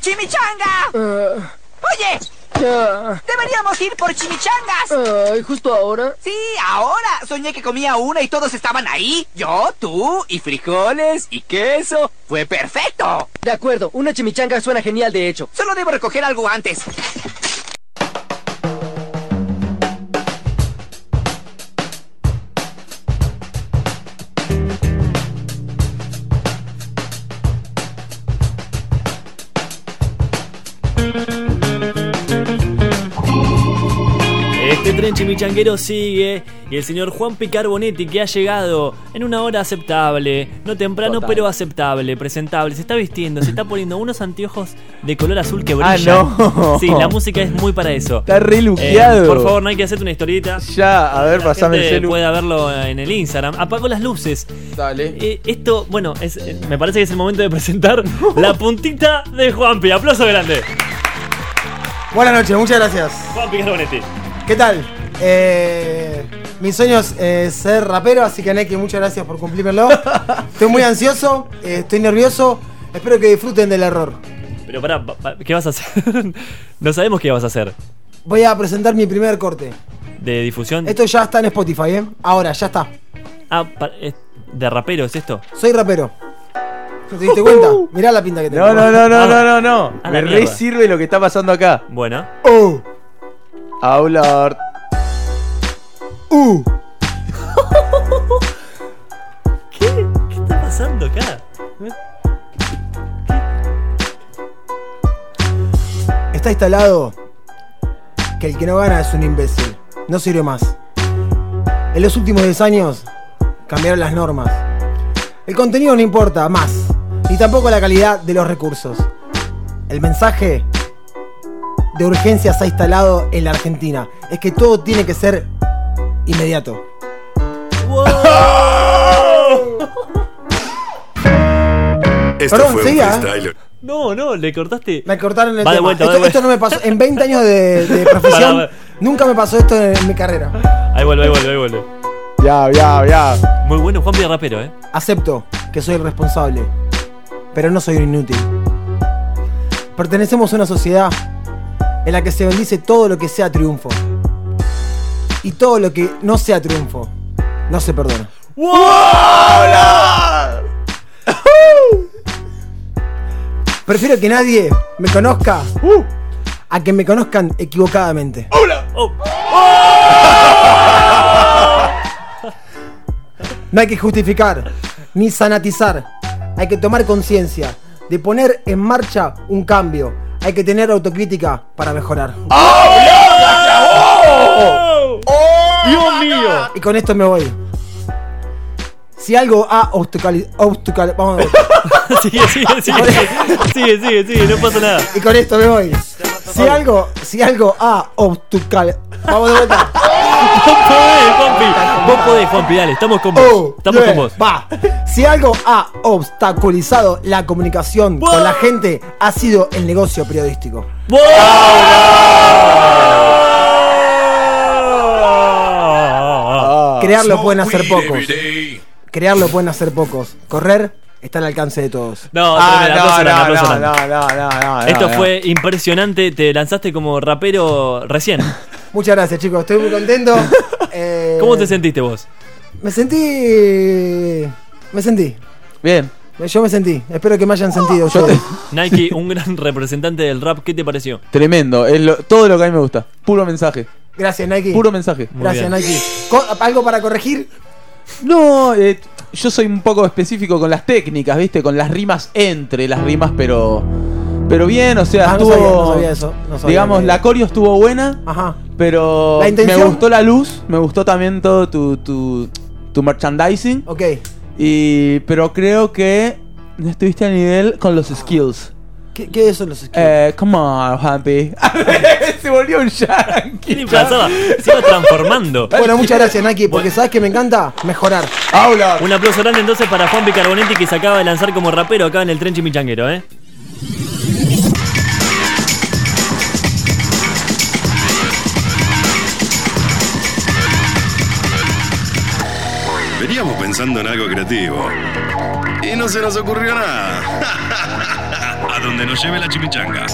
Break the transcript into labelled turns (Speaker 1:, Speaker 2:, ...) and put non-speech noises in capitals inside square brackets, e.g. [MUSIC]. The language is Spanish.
Speaker 1: ¡Chimichanga!
Speaker 2: Ah,
Speaker 1: Oye,
Speaker 2: ya.
Speaker 1: deberíamos ir por chimichangas.
Speaker 2: Ay, justo ahora.
Speaker 1: Sí, ahora. Soñé que comía una y todos estaban ahí. Yo, tú, y frijoles, y queso. Fue perfecto.
Speaker 2: De acuerdo, una chimichanga suena genial de hecho.
Speaker 1: Solo debo recoger algo antes.
Speaker 3: Este tren chimichanguero sigue y el señor Juan Picarbonetti que ha llegado en una hora aceptable, no temprano
Speaker 4: Total.
Speaker 3: pero aceptable, presentable, se está vistiendo,
Speaker 4: [LAUGHS]
Speaker 3: se está poniendo unos anteojos de color azul que
Speaker 4: Ah,
Speaker 3: brillan.
Speaker 4: no.
Speaker 3: Sí, la música es muy para eso.
Speaker 4: Está re
Speaker 3: Eh,
Speaker 4: luqueado.
Speaker 3: por favor, no hay que hacerte una historieta.
Speaker 4: Ya, a ver,
Speaker 3: La
Speaker 4: pasame el
Speaker 3: gente
Speaker 4: celu.
Speaker 3: Puede verlo en el Instagram. Apago las luces.
Speaker 4: Dale.
Speaker 3: Eh, esto, bueno, es- eh, me parece que es el momento de
Speaker 4: [LAUGHS]
Speaker 3: presentar la puntita de Juanpi. Aplauso grande.
Speaker 5: Buenas noches, muchas gracias.
Speaker 3: Juanpi Carbonetti.
Speaker 5: ¿Qué tal? Eh, mi sueño es eh, ser rapero, así que Neki, muchas gracias
Speaker 4: [LAUGHS]
Speaker 5: por cumplírmelo. Estoy muy ansioso, eh, estoy nervioso. Espero que disfruten del error.
Speaker 3: Pero pará, pa- pa- ¿qué vas a hacer? [LAUGHS] no sabemos qué vas a hacer.
Speaker 5: Voy a presentar mi primer corte.
Speaker 3: De difusión.
Speaker 5: Esto ya está en Spotify, ¿eh? Ahora, ya está.
Speaker 3: Ah, pa- eh, de rapero es esto.
Speaker 5: Soy rapero. ¿No te
Speaker 4: [LAUGHS]
Speaker 5: diste cuenta? Mirá la pinta que tengo.
Speaker 4: Uh. No, no, no, no, no, no, no.
Speaker 3: A la
Speaker 4: Me re
Speaker 3: mierda.
Speaker 4: sirve lo que está pasando acá.
Speaker 3: Bueno,
Speaker 5: Oh,
Speaker 4: Aulard.
Speaker 5: uh.
Speaker 3: ¿qué está pasando acá?
Speaker 5: Está instalado que el que no gana es un imbécil. No sirve más. En los últimos 10 años cambiaron las normas. El contenido no importa más, ni tampoco la calidad de los recursos. El mensaje de urgencia se ha instalado en la Argentina. Es que todo tiene que ser inmediato.
Speaker 6: [LAUGHS] Esto
Speaker 5: Perdón, ¿eh?
Speaker 6: fue
Speaker 5: siga.
Speaker 6: un freestyler.
Speaker 3: No, no, le cortaste.
Speaker 5: Me cortaron el
Speaker 3: Va de
Speaker 5: tema.
Speaker 3: vuelta, va
Speaker 5: esto,
Speaker 3: de
Speaker 5: esto no me pasó. En 20 años
Speaker 3: [LAUGHS]
Speaker 5: de, de profesión,
Speaker 3: Para, para.
Speaker 5: nunca me pasó esto en mi carrera.
Speaker 3: Ahí vuelve, ahí vuelve, ahí vuelve.
Speaker 4: Ya, ya, ya.
Speaker 3: Muy bueno, Juanpi de rapero, eh. [LAUGHS]
Speaker 5: Acepto que soy el responsable, pero no soy un inútil. Pertenecemos a una sociedad en la que se bendice todo lo que sea triunfo. Y todo lo que no sea triunfo no se perdona. Prefiero que nadie me conozca uh, a que me conozcan equivocadamente.
Speaker 3: Oh,
Speaker 5: No hay que justificar ni sanatizar. Hay que tomar conciencia de poner en marcha un cambio. Hay que tener autocrítica para mejorar.
Speaker 3: Oh. Dios mío.
Speaker 5: Y con esto me voy. Si algo ha obstaculizado. vamos.
Speaker 3: sigue, sigue, sigue. sigue, sigue, sigue, no pasa nada.
Speaker 5: Y con esto me voy. Si algo, si algo ha obstaculizado. Vamos
Speaker 3: [LAUGHS]
Speaker 5: de vuelta.
Speaker 3: Vos podés, Juanpi. Vos podés, Juanpi, dale, estamos con vos.
Speaker 5: Oh,
Speaker 3: estamos
Speaker 5: yeah,
Speaker 3: con vos.
Speaker 5: Va. Si algo ha obstaculizado la comunicación con la gente, ha sido el negocio periodístico.
Speaker 4: Ah.
Speaker 3: Ah.
Speaker 5: Crearlo pueden hacer
Speaker 6: Smoke weed
Speaker 5: pocos.
Speaker 6: every day.
Speaker 5: Crearlo pueden hacer pocos. Correr está al alcance de todos.
Speaker 3: No,
Speaker 4: Ah,
Speaker 3: tremendo, aplauso
Speaker 4: no,
Speaker 3: grande,
Speaker 4: no,
Speaker 3: aplauso
Speaker 4: no,
Speaker 3: grande.
Speaker 4: no, no, no, no, no,
Speaker 3: Esto
Speaker 4: no.
Speaker 3: fue impresionante, te lanzaste como rapero recién.
Speaker 5: Muchas gracias, chicos. Estoy muy
Speaker 3: [LAUGHS]
Speaker 5: contento. Eh,
Speaker 3: ¿Cómo te sentiste vos?
Speaker 5: Me sentí. Me sentí.
Speaker 4: Bien.
Speaker 5: Yo me sentí. Espero que me hayan sentido. Yo
Speaker 3: Nike, un gran [LAUGHS] representante del rap, ¿qué te pareció?
Speaker 4: Tremendo. Es lo- todo lo que a mí me gusta. Puro mensaje.
Speaker 5: Gracias, Nike.
Speaker 4: Puro mensaje.
Speaker 3: Muy
Speaker 5: Gracias,
Speaker 3: bien.
Speaker 5: Nike. Co- ¿Algo para corregir?
Speaker 4: No, eh, yo soy un poco específico con las técnicas, ¿viste? Con las rimas entre las rimas, pero. Pero bien, o sea,
Speaker 5: Ah, no
Speaker 4: estuvo.
Speaker 5: sabía, no sabía eso, no sabía
Speaker 4: digamos,
Speaker 5: que-
Speaker 4: la corio estuvo buena,
Speaker 5: Ajá.
Speaker 4: pero.
Speaker 5: ¿La intención?
Speaker 4: Me gustó la luz, me gustó también todo tu. tu, tu merchandising.
Speaker 5: Ok.
Speaker 4: Y. Pero creo que. No estuviste a nivel con los skills.
Speaker 5: Ah, ¿Qué, qué son los skills?
Speaker 4: Eh, come on, Happy. [LAUGHS] Se volvió un yankee.
Speaker 3: ¿Qué pasaba? Se iba transformando.
Speaker 5: bueno, muchas gracias, Nike, porque sabes que me encanta mejorar.
Speaker 4: Aula.
Speaker 3: Un aplauso grande entonces para Juan Picarbonetti que se acaba de lanzar como rapero acá en el tren chimichanguero, ¿eh?
Speaker 6: Veníamos [LAUGHS] pensando en algo creativo. Y no se nos ocurrió nada. A donde nos lleve la chimichanga.